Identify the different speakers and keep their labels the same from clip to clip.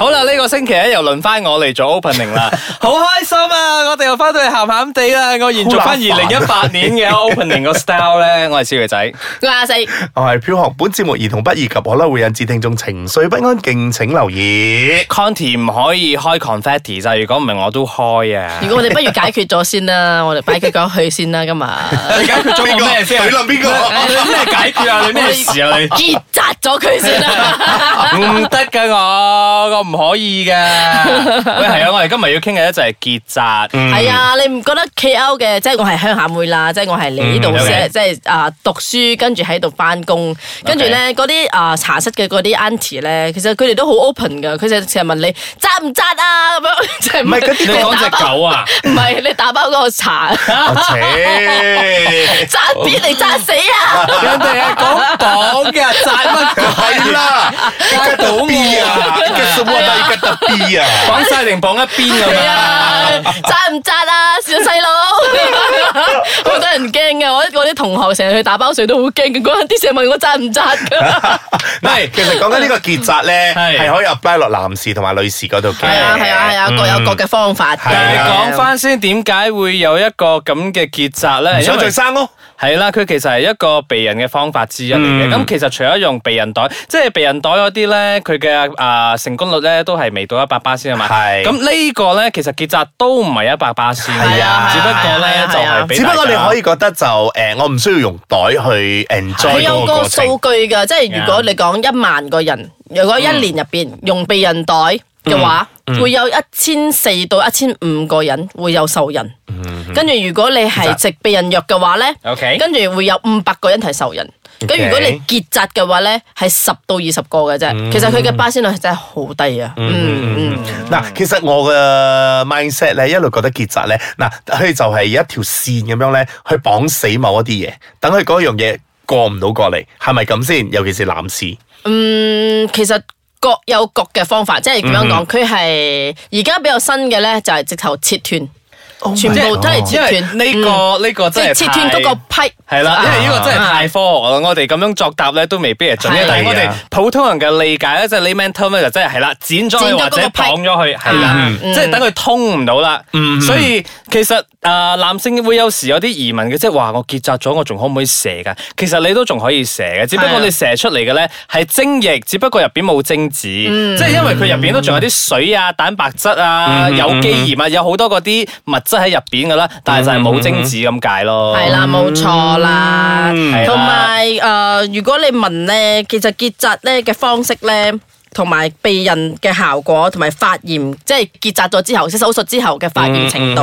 Speaker 1: 好啦，呢、個星期咧又輪翻我嚟做 opening 啦，好開心啊！我哋又翻到去鹹鹹地啦，我延續翻二零一八年 嘅 opening 個 style 咧，我係小女仔。
Speaker 2: 我阿四，
Speaker 3: 我係飄學，本節目兒童不宜及可能會引致聽眾情緒不安，敬請留意。
Speaker 1: Conti 唔可以開 confetti 咋，如果唔係我都開啊。
Speaker 2: 如果我哋不如解決咗先啦，我哋擺佢講去先啦，今 日
Speaker 1: 你解決咗我咩哎先？
Speaker 3: 邊個懟冧邊個
Speaker 1: 你咩解決啊？你咩事啊？你
Speaker 2: 結紮咗佢先啦。
Speaker 1: 唔得噶我，我唔可以 噶。喂，係啊，我哋今日要傾嘅咧就係結紮。
Speaker 2: 係啊，你唔覺得 K.O. 嘅，即係我係鄉下妹啦，即係我係你呢度
Speaker 1: 嗯，OK
Speaker 2: 即係啊讀書，跟住喺度翻工，跟住咧嗰啲啊茶室嘅嗰啲 auntie 咧，其實佢哋都好 open 噶，佢就成日問你紮唔紮啊咁樣，即係
Speaker 3: 唔係嗰
Speaker 1: 你
Speaker 3: 啲
Speaker 1: 講隻狗啊？
Speaker 2: 唔係你打包嗰個茶，
Speaker 3: 我啊切，
Speaker 2: 扎邊嚟扎死啊！
Speaker 1: 人哋係講講嘅，紮乜鬼
Speaker 3: 係啦，一吉特 B 啊，一吉什麼啦，一吉特 B 啊，
Speaker 1: 綁晒定綁一邊咁
Speaker 2: 係啊
Speaker 1: 啊？，
Speaker 2: 紮唔紮啊，小細 佬？好多人驚嘅，我我啲同學成日去打包水都好驚嘅，嗰陣啲成日問我紮唔紮噶。
Speaker 1: 唔係
Speaker 3: 其實講緊呢個結紮咧，
Speaker 1: 係
Speaker 3: 係可以 apply 落男士同埋女士嗰度嘅。
Speaker 2: 係啊係啊係啊，各有各嘅方法嘅。
Speaker 3: 係啊
Speaker 1: 但係講翻先，點解會有一個咁嘅結紮咧？
Speaker 3: 唔想
Speaker 1: 因為
Speaker 3: 再生咯，
Speaker 1: 係啦，佢其實係一個避孕嘅方法之一嚟
Speaker 3: 嗯
Speaker 1: 嘅。咁、其實除咗用避孕袋，即係避孕袋嗰啲咧，佢嘅啊成功率咧都係未到一百巴仙啊嘛。
Speaker 3: 係
Speaker 1: 咁呢個咧，其實結紮都唔係一百巴仙。
Speaker 3: 係啊
Speaker 1: 只不過
Speaker 2: 係
Speaker 1: 咧
Speaker 2: 啊
Speaker 1: 就
Speaker 2: 係啊
Speaker 1: 係俾
Speaker 3: 只不過
Speaker 1: 大
Speaker 3: 你
Speaker 1: 家
Speaker 3: 可以覺得就誒，我唔需要用袋去 enjoy
Speaker 2: 佢
Speaker 3: 嗰
Speaker 2: 有
Speaker 3: 個
Speaker 2: 啊個
Speaker 3: 過
Speaker 2: 數
Speaker 3: 程。
Speaker 2: 據㗎，即係如果你講一萬個人，如果一年入邊用避孕袋嘅話，會有一千四到一千五個人會有受孕。跟住如果你係食避孕藥嘅話咧
Speaker 1: OK
Speaker 2: 跟住會有五百個人係受孕。咁
Speaker 3: OK
Speaker 2: 如果你結紮嘅話咧，係十到二十個嘅啫。其實佢嘅巴仙率真係好低啊。嗯嗯，
Speaker 3: 嗱，其實我嘅 mindset 咧，一路覺得結紮咧，嗱，佢就係有一條線咁樣咧，去綁死某一啲嘢，等佢嗰樣嘢過唔到過嚟，係咪咁先？尤其是男士，
Speaker 2: 嗯，其實各有各嘅方法，即係點樣
Speaker 1: 嗯
Speaker 2: 講？佢係而家比較新嘅咧，就係直頭切斷。全部都係切
Speaker 1: Oh
Speaker 2: 斷
Speaker 1: 因為呢個呢個
Speaker 2: 即
Speaker 1: 真
Speaker 2: 係
Speaker 1: 係
Speaker 2: 切斷嗰個批，
Speaker 1: 係啦，因
Speaker 2: 啊
Speaker 1: 為呢個真係太科學啦，我哋咁樣作答咧都未必係準嘅
Speaker 2: 係。啊
Speaker 1: 但係我哋普通人嘅理解咧，即係 layman term 咧就真係係啦，剪咗佢
Speaker 2: 剪咗嗰
Speaker 1: 或
Speaker 2: 個嗯
Speaker 1: 者綁咗佢，係啦，即係等佢通唔到啦。所以其實啊，男性會有時有啲疑問嘅，即係話我結紮咗，我仲可唔可以射㗎？其實你都仲可以射嘅，只不過
Speaker 2: 係啊
Speaker 1: 你射出嚟嘅咧係精液，只不過入邊冇精子，
Speaker 2: 嗯
Speaker 1: 即係因為佢入邊都仲有啲水啊、蛋白質啊、有機鹽啊，有好多嗰啲物質喺入邊㗎啦，但係就係冇精子咁解咯。
Speaker 2: 係啦，冇錯嗯啦。
Speaker 1: 係啦
Speaker 2: 同埋誒，呃如果你問咧，其實結紮咧嘅方式咧。同埋避孕嘅效果，同埋發炎，即係結紮咗之後，即係手術之後嘅發炎程度，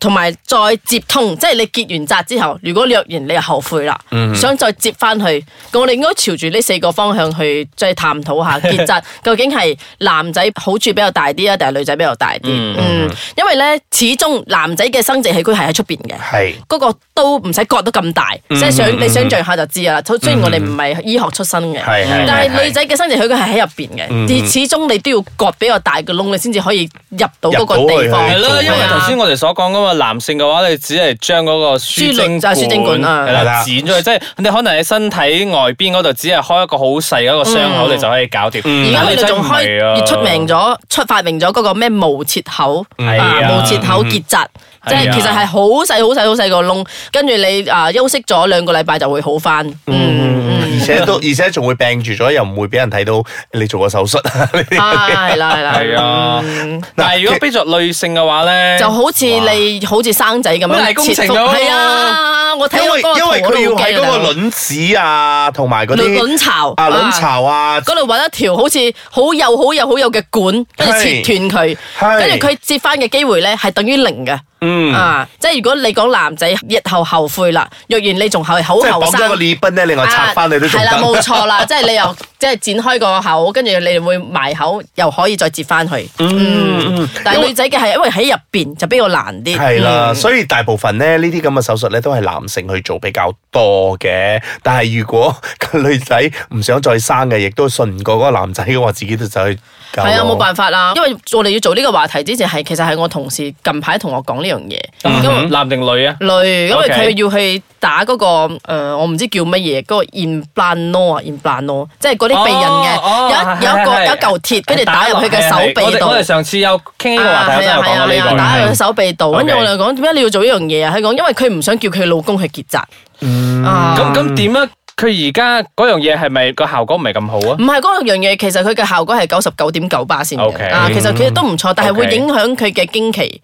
Speaker 2: 同埋、再接通，即係你結完紮之後，如果若然你又後悔啦，想再接翻去，咁我哋應該朝住呢四個方向去再探討下結 紮究竟係男仔好處比較大啲啊，定係女仔比較大啲？嗯，因為咧，始終男仔嘅生殖器官係喺出邊嘅。
Speaker 3: 係
Speaker 2: 嗰個都唔使割得咁大，即係想你想象下就知啦。雖然我哋唔係醫學出身嘅
Speaker 3: 係係，
Speaker 2: 但
Speaker 3: 係係
Speaker 2: 係女仔嘅生殖器官係喺入邊嘅，而始終你都要割比較大嘅窿，你先至可以入到嗰個地方。
Speaker 3: 入到去
Speaker 1: 係
Speaker 3: 做
Speaker 1: 啦，
Speaker 3: 嘅
Speaker 1: 因為頭先我哋所講噶嘛，男性嘅話，你只係將嗰個輸精
Speaker 2: 輸精管啊
Speaker 1: 係
Speaker 3: 係
Speaker 1: 啦
Speaker 3: 啦
Speaker 1: 剪咗佢，即係你可能喺身體外邊嗰度只係開一個好細嘅一個傷口，你就可以搞掂。
Speaker 2: 而
Speaker 1: 而
Speaker 2: 家佢哋仲開
Speaker 1: 啊
Speaker 2: 而出名
Speaker 1: 咗，
Speaker 2: 咗，出發明咗嗰個咩無切口
Speaker 1: 係
Speaker 2: 啊，
Speaker 1: 啊
Speaker 2: 無切口結紮，即係其實係好細好細好細個窿，跟住你啊休息咗兩個禮拜就會好翻。嗯
Speaker 3: 而且都而且仲會病住咗，又唔會俾人睇到你做過手術。
Speaker 2: 嗯，啊係啦係啦，
Speaker 1: 係啊
Speaker 2: 嗯
Speaker 1: 但係如果俾作女性嘅話咧，
Speaker 2: 就好似你好似生仔咁
Speaker 1: 好大
Speaker 2: 樣
Speaker 1: 工
Speaker 2: 切
Speaker 1: 程
Speaker 2: 腹，
Speaker 1: 咯
Speaker 2: 係啊！我睇
Speaker 3: 因
Speaker 2: 到
Speaker 3: 為
Speaker 2: 嗰個
Speaker 3: 因為
Speaker 2: 圖
Speaker 3: 佢要
Speaker 2: 我都好
Speaker 3: 喺嗰
Speaker 2: 驚
Speaker 3: 個
Speaker 2: 啊
Speaker 3: 卵子啊，同埋嗰
Speaker 2: 卵
Speaker 3: 啲
Speaker 2: 卵巢
Speaker 3: 啊卵巢啊，
Speaker 2: 嗰度揾一條好似好幼、好幼、好幼嘅管，跟住切
Speaker 3: 係
Speaker 2: 斷佢，
Speaker 3: 係
Speaker 2: 跟住佢接翻嘅機會咧係等於零嘅。嗯啊，即係如果你講男仔日後後悔啦，若然你仲係好
Speaker 3: 即係
Speaker 2: 後
Speaker 3: 綁咗個
Speaker 2: 生。啊
Speaker 3: 裂賓咧，另外拆翻你都仲
Speaker 2: 係啦，
Speaker 3: 得。
Speaker 2: 冇錯啦，即 係你又即係剪開個口，跟住你會埋口，又可以再接翻去。嗯，但係女仔嘅係因為喺入邊就比較難 啲。嗯
Speaker 3: 係啦，所以大部分咧呢啲咁嘅手術咧都係男性去做比較多嘅。但係如果個女仔唔想再生嘅，亦都信唔過嗰個男仔嘅話，自己都就去搞
Speaker 2: 係啊，
Speaker 3: 咯
Speaker 2: 冇辦法啦，因為我哋要做呢個話題之前係其實係我同事近排同我講呢樣嘢，因為
Speaker 1: 男定女啊？
Speaker 2: 累，因為
Speaker 1: OK
Speaker 2: 佢要去打嗰、個呃我唔知叫乜嘢，嗰、個 implano 啊，implano，即係嗰啲避孕嘅，
Speaker 1: 哦哦係
Speaker 2: 有一有一個
Speaker 1: 係係
Speaker 2: 有一嚿鐵，跟住打入佢嘅手
Speaker 1: 係係
Speaker 2: 臂
Speaker 1: 我哋我哋
Speaker 2: 度。
Speaker 1: 上次有傾呢個話題，
Speaker 2: 係啊
Speaker 1: 我都有講過
Speaker 2: 係啊係
Speaker 1: 呢
Speaker 2: 啊打入
Speaker 1: 個嗯
Speaker 2: 佢。手臂度，跟住
Speaker 1: OK
Speaker 2: 我哋講點解你要做呢樣嘢啊？佢講因為佢唔想叫佢老公去結紮。啊
Speaker 1: 嗯咁咁點啊？佢而家嗰樣嘢係咪個效果唔係咁好啊
Speaker 2: 唔？係嗰樣嘢，其實佢嘅效果係九十九點九八先
Speaker 1: OK 嗯
Speaker 2: 嘅。啊，其實佢都唔錯，但係會
Speaker 1: OK 哦
Speaker 2: 影響佢嘅經期。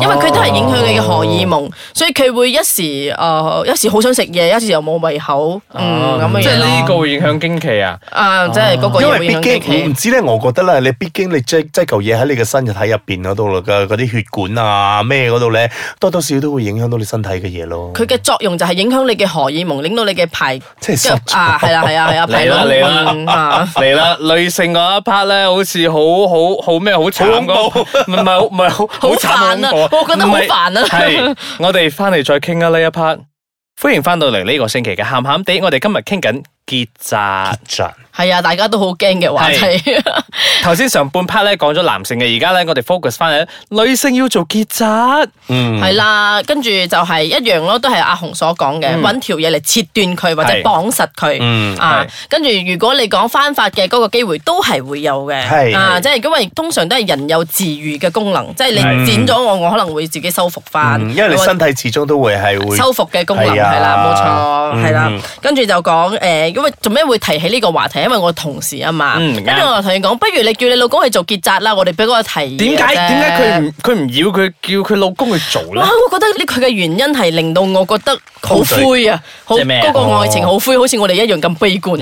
Speaker 2: 因為佢都係影響你嘅荷爾蒙，所以佢會一時誒、呃一時好想食嘢，一時又冇胃口，嗯咁嘅
Speaker 1: 哦即係
Speaker 2: 嘢咯
Speaker 1: 呢個會影響經期啊？
Speaker 2: 啊，即係嗰個
Speaker 3: 因
Speaker 2: 嘢
Speaker 3: 為
Speaker 2: 會
Speaker 3: 畢
Speaker 2: 影響
Speaker 3: 竟我唔
Speaker 2: 期。
Speaker 3: 知咧，我覺得咧，你畢竟你擠擠嚿嘢喺你嘅身體入邊嗰度啦，嘅嗰啲血管啊咩嗰度咧，多多少少都會影響到你身體嘅嘢咯。
Speaker 2: 佢嘅作用就係影響你嘅荷爾蒙，令到你嘅 排
Speaker 3: 即係濕咗
Speaker 2: 啊，係啦係啊係啊，排
Speaker 1: 嚟啦嚟啦
Speaker 2: 卵啊，
Speaker 1: 嚟啦，女性嗰一 part 咧，好似好好好咩，好慘咁，唔係好唔係好好慘
Speaker 2: 好煩啊
Speaker 1: 好恐怖
Speaker 2: 我覺得好煩啊
Speaker 1: 係，我哋翻嚟再傾啊呢一 part。歡迎翻到嚟呢個星期嘅鹹鹹地，我哋今日傾緊結 紮。
Speaker 3: 窒
Speaker 2: 係啊，大家都好驚嘅話題。
Speaker 1: 頭先上半 part 咧講咗男性嘅，而家咧我哋 focus 翻喺女性要做結紮。
Speaker 3: 嗯
Speaker 2: 係啦，跟住就係一樣咯，都係阿紅所講嘅，揾條嘢嚟切斷佢或者
Speaker 1: 係
Speaker 2: 綁實
Speaker 3: 嗯
Speaker 2: 佢啊
Speaker 1: 係。
Speaker 2: 跟住如果你講翻法嘅嗰個機會都係會有
Speaker 3: 係
Speaker 2: 嘅，啊，
Speaker 3: 係
Speaker 2: 即係因為通常都係人有自愈嘅功能，即係你剪咗我，我可能會自己修復翻，
Speaker 3: 嗯嗯因為你身體始終都會係會
Speaker 2: 修復嘅功能
Speaker 3: 係啊
Speaker 2: 係啦，冇
Speaker 3: 嗯
Speaker 2: 錯，係啦
Speaker 3: 嗯。
Speaker 2: 跟住就講誒，因為做咩會提起呢個話題？因為我同事啊嘛，
Speaker 1: 嗯
Speaker 2: 跟住我同佢講，不如你叫你老公去做結紮啦，我哋俾嗰個提議
Speaker 1: 點解
Speaker 2: 嘅啫
Speaker 1: 點解佢唔佢唔要佢叫佢老公去做咧
Speaker 2: 哇！？我覺得呢佢嘅原因係令到我覺得好灰啊，哦好
Speaker 1: 即係咩
Speaker 2: 嗰個愛情好灰，好似我哋一樣咁悲觀。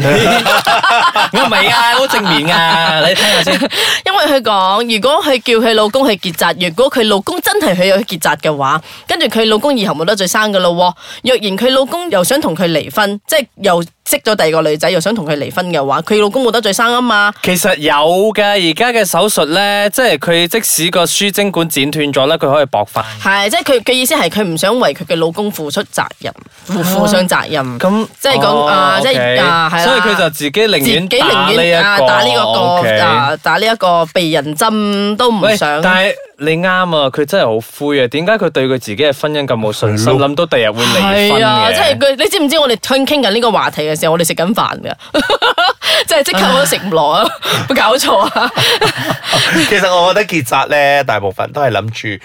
Speaker 1: 我唔係啊，好正面 噶，你聽下先。
Speaker 2: 因為佢講，如果佢叫佢老公去結紮，如果佢老公真係去去結紮嘅話，跟住佢老公以後冇得再生噶咯喎。若然佢老公又想同佢離婚，即係又識咗第二個女仔，又想同佢離婚嘅話，佢老公冇得再生啊嘛。
Speaker 1: 其實有噶，而家嘅手術咧，即係佢即使個輸精管剪斷咗咧，佢可以駁翻。
Speaker 2: 係，即係佢嘅意思係佢唔想為佢嘅老公付出責任，負負上責任。
Speaker 1: 咁
Speaker 2: 即係講
Speaker 1: 哦
Speaker 2: 啊
Speaker 1: OK
Speaker 2: 即係啊係啦
Speaker 1: 所以佢就自己寧
Speaker 2: 自己
Speaker 1: 願打
Speaker 2: 寧
Speaker 1: 呢一
Speaker 2: 願啊
Speaker 1: 個哦
Speaker 2: 打呢個個
Speaker 1: OK
Speaker 2: 啊打呢一個避孕針都唔
Speaker 1: 喂，
Speaker 2: 想。
Speaker 1: 但係你啱啊，佢真係好灰啊！點解佢對佢自己嘅婚姻咁冇信心，
Speaker 3: 係咯
Speaker 1: 諗到第日會離婚
Speaker 2: 係啊，
Speaker 1: 嘅？
Speaker 2: 即係佢，你知唔知我哋傾傾緊呢個話題嘅時候，我哋食緊飯噶， 即係即刻我都食唔落 啊！冇搞錯啊！
Speaker 3: 其實我覺得結紮咧，大部分都係諗住誒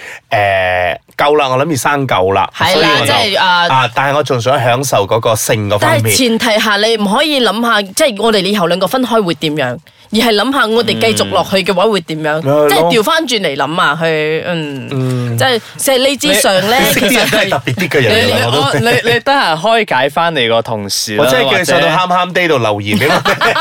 Speaker 3: 夠啦，我諗住生夠啦，
Speaker 2: 係
Speaker 3: 所以
Speaker 2: 啦
Speaker 3: 我，
Speaker 2: 即
Speaker 3: 就
Speaker 2: 係啊。
Speaker 3: 啊，但係我仲想享受嗰個性嗰
Speaker 2: 但
Speaker 3: 方
Speaker 2: 係
Speaker 3: 面。
Speaker 2: 前提下，你唔可以諗下，即係我哋以後兩個分開會點樣，而係諗下我哋繼續落去嘅話會點樣，
Speaker 3: 嗯
Speaker 2: 即係調翻轉嚟諗啊，去嗯，即係即係呢之上 咧，
Speaker 3: 你識啊
Speaker 2: 其
Speaker 3: 啲
Speaker 2: 實
Speaker 3: 人都係
Speaker 2: 係
Speaker 3: 特別啲嘅
Speaker 1: 你
Speaker 3: 人嚟
Speaker 1: 你
Speaker 3: 㗎我
Speaker 1: 我
Speaker 3: 都
Speaker 1: 你你得閒開解翻你個同事啦，
Speaker 3: 我真係叫你上到
Speaker 1: 或者
Speaker 3: 喊喊 day 度留 言俾我 聽。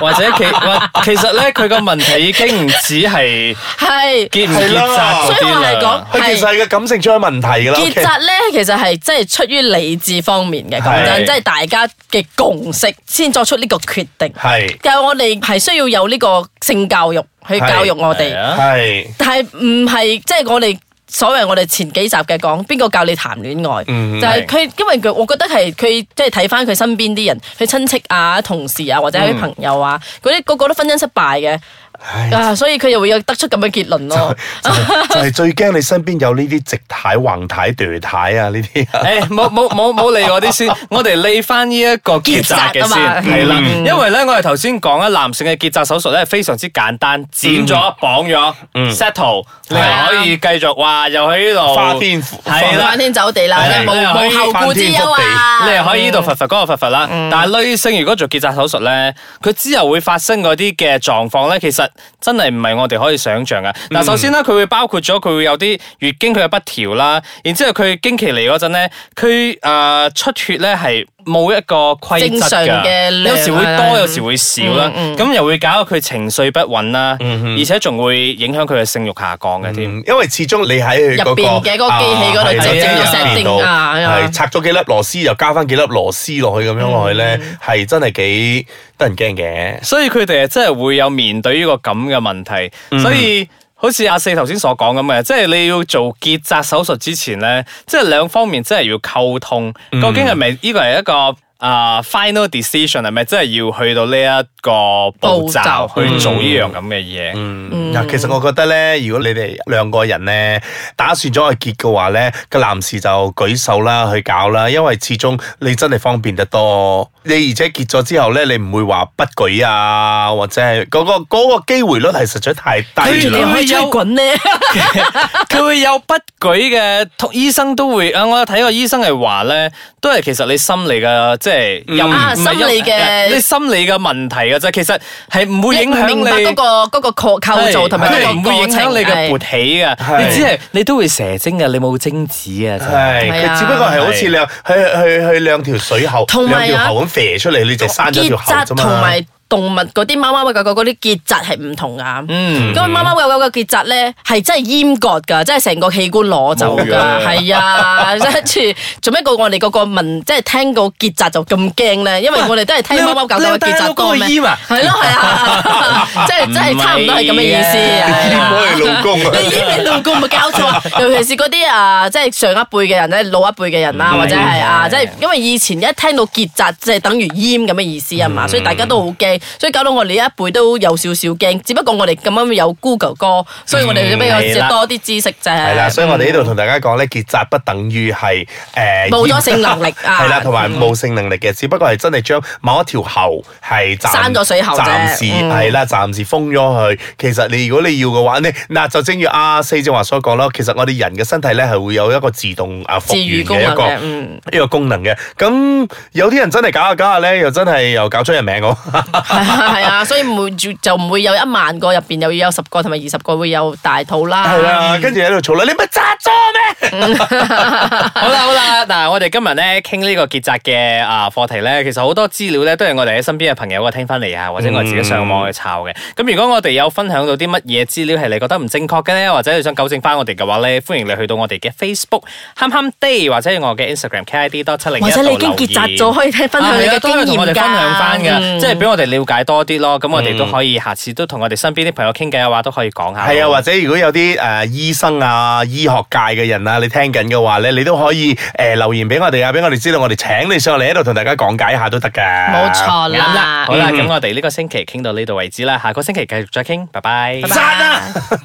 Speaker 1: 或者其或其實咧，佢個問題已經唔止係
Speaker 2: 係。
Speaker 1: 結唔結紮嗰
Speaker 2: 所以我係
Speaker 1: 啲啦
Speaker 2: 講。
Speaker 3: 佢其實係嘅感性出咗問題㗎啦。
Speaker 2: 結
Speaker 3: OK
Speaker 2: 紮咧，其實係即係出於理智方面嘅，
Speaker 3: 係
Speaker 2: 講真，即係大家嘅共識先作出呢個決定。
Speaker 3: 係
Speaker 2: 但係我哋係需要有呢個性教育去
Speaker 3: 係
Speaker 2: 教育我
Speaker 1: 係
Speaker 2: 哋，
Speaker 1: 啊
Speaker 3: 係
Speaker 2: 但係唔係即係我哋。所謂我哋前幾集嘅講，邊個教你談戀愛？
Speaker 3: 嗯
Speaker 2: 就係佢，因為佢，我覺得係佢即係睇翻佢身邊啲人，佢親戚啊、同事啊，或者
Speaker 1: 嗯
Speaker 2: 啲朋友啊，嗰啲個個都婚姻失敗嘅，
Speaker 3: 唉
Speaker 2: 啊，所以佢又會有得出咁嘅結論咯。
Speaker 3: 就 係就係最驚你身邊有呢啲直太、橫太、墮太啊呢啲 啊。
Speaker 1: 诶，哎冇冇冇冇理我啲先，我哋理翻呢一個結紮嘅
Speaker 2: 結紮啊嘛
Speaker 1: 先，係啦，因為咧我哋頭先講啦，男性嘅結紮手術咧係非常之簡單，剪咗綁咗 settle，你係可以繼續哇，又喺呢度
Speaker 3: 花天
Speaker 1: 係啦
Speaker 2: 翻。哎天走地啦，
Speaker 1: 係
Speaker 2: 真係冇
Speaker 1: 你又可以
Speaker 2: 冇後顧之憂啊！
Speaker 1: 你係可以呢度佛佛嗰度佛佛啦，
Speaker 2: 嗯
Speaker 1: 但係女性如果做結紮手術咧，佢之後會發生嗰啲嘅狀況咧，其實真係唔係我哋可以想象嘅。嗱、
Speaker 2: 嗯
Speaker 1: 首先啦，佢會包括咗佢會有啲月經佢嘅不調啦，然之後佢經期嚟嗰陣咧，佢誒、呃出血咧係冇一個規則
Speaker 2: 正常嘅
Speaker 1: 㗎，
Speaker 2: 量
Speaker 1: 有時會
Speaker 2: 係
Speaker 1: 多，
Speaker 2: 啦
Speaker 1: 有時會少啦，咁、
Speaker 2: 嗯
Speaker 1: 又會搞到佢情緒不穩啦，而且仲會影響佢嘅性慾下降嘅添。
Speaker 3: 嗯因為始終你喺佢嗰
Speaker 2: 入邊嘅嗰個機器嗰度
Speaker 3: 啊係
Speaker 1: 就整咗
Speaker 3: 入邊
Speaker 2: setting
Speaker 3: 度
Speaker 2: 啊係啊
Speaker 3: 係拆咗幾粒螺絲，又加翻幾粒螺絲落去，咁樣落去咧，
Speaker 2: 嗯
Speaker 3: 係真係幾得人驚嘅。
Speaker 1: 所以佢哋真係會有面對呢個咁嘅問題，所以。好似阿四頭先所講咁嘅，即係你要做結紮手術之前咧，即係兩方面真係要溝通，究竟係咪呢個係一個誒、啊 final decision 係咪真係要去到呢一個步
Speaker 2: 步驟
Speaker 1: 驟去做呢樣咁嘅嘢？
Speaker 3: 嗯
Speaker 2: 嗯
Speaker 3: 嗱，其實我覺得咧，如果你哋兩個人咧打算咗去結嘅話咧，個男士就舉手啦，去搞啦，因為始終你真係方便得多。你而且結咗之後咧，你唔會話不舉啊，或者係嗰、個嗰、個機會率係實在太
Speaker 1: 跟
Speaker 3: 低
Speaker 1: 住
Speaker 2: 你
Speaker 3: 啦。
Speaker 2: 可以出去滾咧，
Speaker 1: 佢會有不舉嘅，托醫生都會啊！我有睇過醫生係話咧，都係其實你心理嘅，即係又唔
Speaker 2: 啊
Speaker 1: 唔係
Speaker 2: 心理嘅
Speaker 1: 呃你心理嘅問題嘅啫，其實係唔會影響
Speaker 2: 明白
Speaker 1: 你
Speaker 2: 嗰個嗰個構構造同埋
Speaker 1: 係
Speaker 2: 嗰
Speaker 1: 唔
Speaker 2: 個
Speaker 1: 會
Speaker 2: 過
Speaker 1: 影響
Speaker 2: 程
Speaker 1: 你嘅勃
Speaker 2: 係。
Speaker 1: 起嘅，
Speaker 3: 係
Speaker 1: 你只係你都會蛇精嘅，你冇精子啊！真
Speaker 3: 係，
Speaker 1: 係
Speaker 2: 係啊
Speaker 3: 佢只不過係好似兩去去去兩條水喉，
Speaker 2: 同埋
Speaker 3: 兩
Speaker 2: 啊
Speaker 3: 條喉咁射出嚟，你就生咗條喉
Speaker 2: 結紮
Speaker 3: 啫嘛。
Speaker 2: 同埋動物嗰啲貓貓狗狗嗰啲結紮係唔同噶。
Speaker 1: 嗯
Speaker 2: 咁貓貓狗狗嘅結紮咧係真係閹割㗎，真係成個器官攞走
Speaker 1: 冇㗎
Speaker 2: 㗎，係啊，跟住做咩個我哋個個問，即係聽過結紮就咁驚咧？因為我哋都係聽貓貓狗狗嘅結紮多咩？
Speaker 1: 你有戴到嗰個閹啊
Speaker 2: 係咯係啊，即係即係差唔多係咁嘅意思。
Speaker 1: 唔係啊
Speaker 2: 係啊
Speaker 3: 閹 咗你老公啊
Speaker 2: 你閹你老公咪搞 錯啊！尤其是嗰啲啊，即係上一輩嘅人咧，老一輩嘅人啦，
Speaker 1: 嗯
Speaker 2: 或者係啊，即係因為以前一聽到結紮，即係等於閹咁嘅意思啊
Speaker 1: 嗯
Speaker 2: 嘛，所以大家都好驚，所以搞到我哋呢一輩都有少少驚。只不過我哋咁啱有 Google 哥，所以我哋比較
Speaker 1: 嗯係啦
Speaker 2: 多啲知識啫。
Speaker 1: 嗯
Speaker 3: 係啦，所以我哋呢度同大家講咧，結紮不等於係誒
Speaker 2: 冇咗性 能力啊
Speaker 3: 係啦，同埋冇性能力嘅，只不過係真係將某一條喉係暫
Speaker 2: 閂咗水喉啫
Speaker 3: 暫時
Speaker 2: 嗯
Speaker 3: 係啦，暫時封咗佢。其實你如果你要嘅話咧，嗱就正如阿四正話所講啦，其實我哋人嘅身體咧係會有一個自動啊復
Speaker 2: 自愈
Speaker 3: 原
Speaker 2: 功
Speaker 3: 嘅
Speaker 2: 能
Speaker 3: 一個
Speaker 2: 嘅，嗯，
Speaker 3: 呢個功能嘅。咁有啲人真係搞下搞下咧，又真係又搞出人命喎。
Speaker 2: 係啊 係啊，所以每就唔會有一萬個入邊又要有十個同埋二十個會有大肚啦。嗯
Speaker 3: 係啦，跟住喺度嘈啦，你咪紮咗咩？
Speaker 1: 好啦好啦，嗱，我哋今日咧傾呢個結紮嘅啊課題咧，其實好多資料咧都係我哋喺身邊嘅朋友啊聽翻嚟啊，或者我哋自己上網去抄嘅。咁、如果我哋有分享到啲乜嘢資料係你覺得唔正確嘅咧，或者你想糾正翻我哋嘅話咧，歡迎你去到我哋嘅 Facebook 喊喊 day 或者我嘅 Instagram KID 多七零一
Speaker 2: 或者你已經結紮咗，可以聽分享你
Speaker 1: 係
Speaker 2: 嘅
Speaker 1: 啊都
Speaker 2: 經
Speaker 1: 可以同我哋
Speaker 2: 驗㗎。
Speaker 1: 分享翻嘅，
Speaker 2: 嗯
Speaker 1: 即係俾我哋了解多啲咯。咁我哋都可以下次都同我哋身邊啲朋友傾偈嘅話，都可以講下咯。
Speaker 3: 係啊，或者如果有啲誒、呃、醫生啊、醫學界嘅人啊，你聽緊嘅話咧，你都可以誒、呃留言俾我哋啊，俾我哋知道，我哋請你上嚟喺度同大家講解一下都得㗎。
Speaker 2: 冇。錯
Speaker 1: 啱嗯啦，
Speaker 2: 啦
Speaker 1: 好。啦，咁我哋呢個星期傾到呢度為止啦，下個星期繼續再傾，拜拜。
Speaker 3: 啊！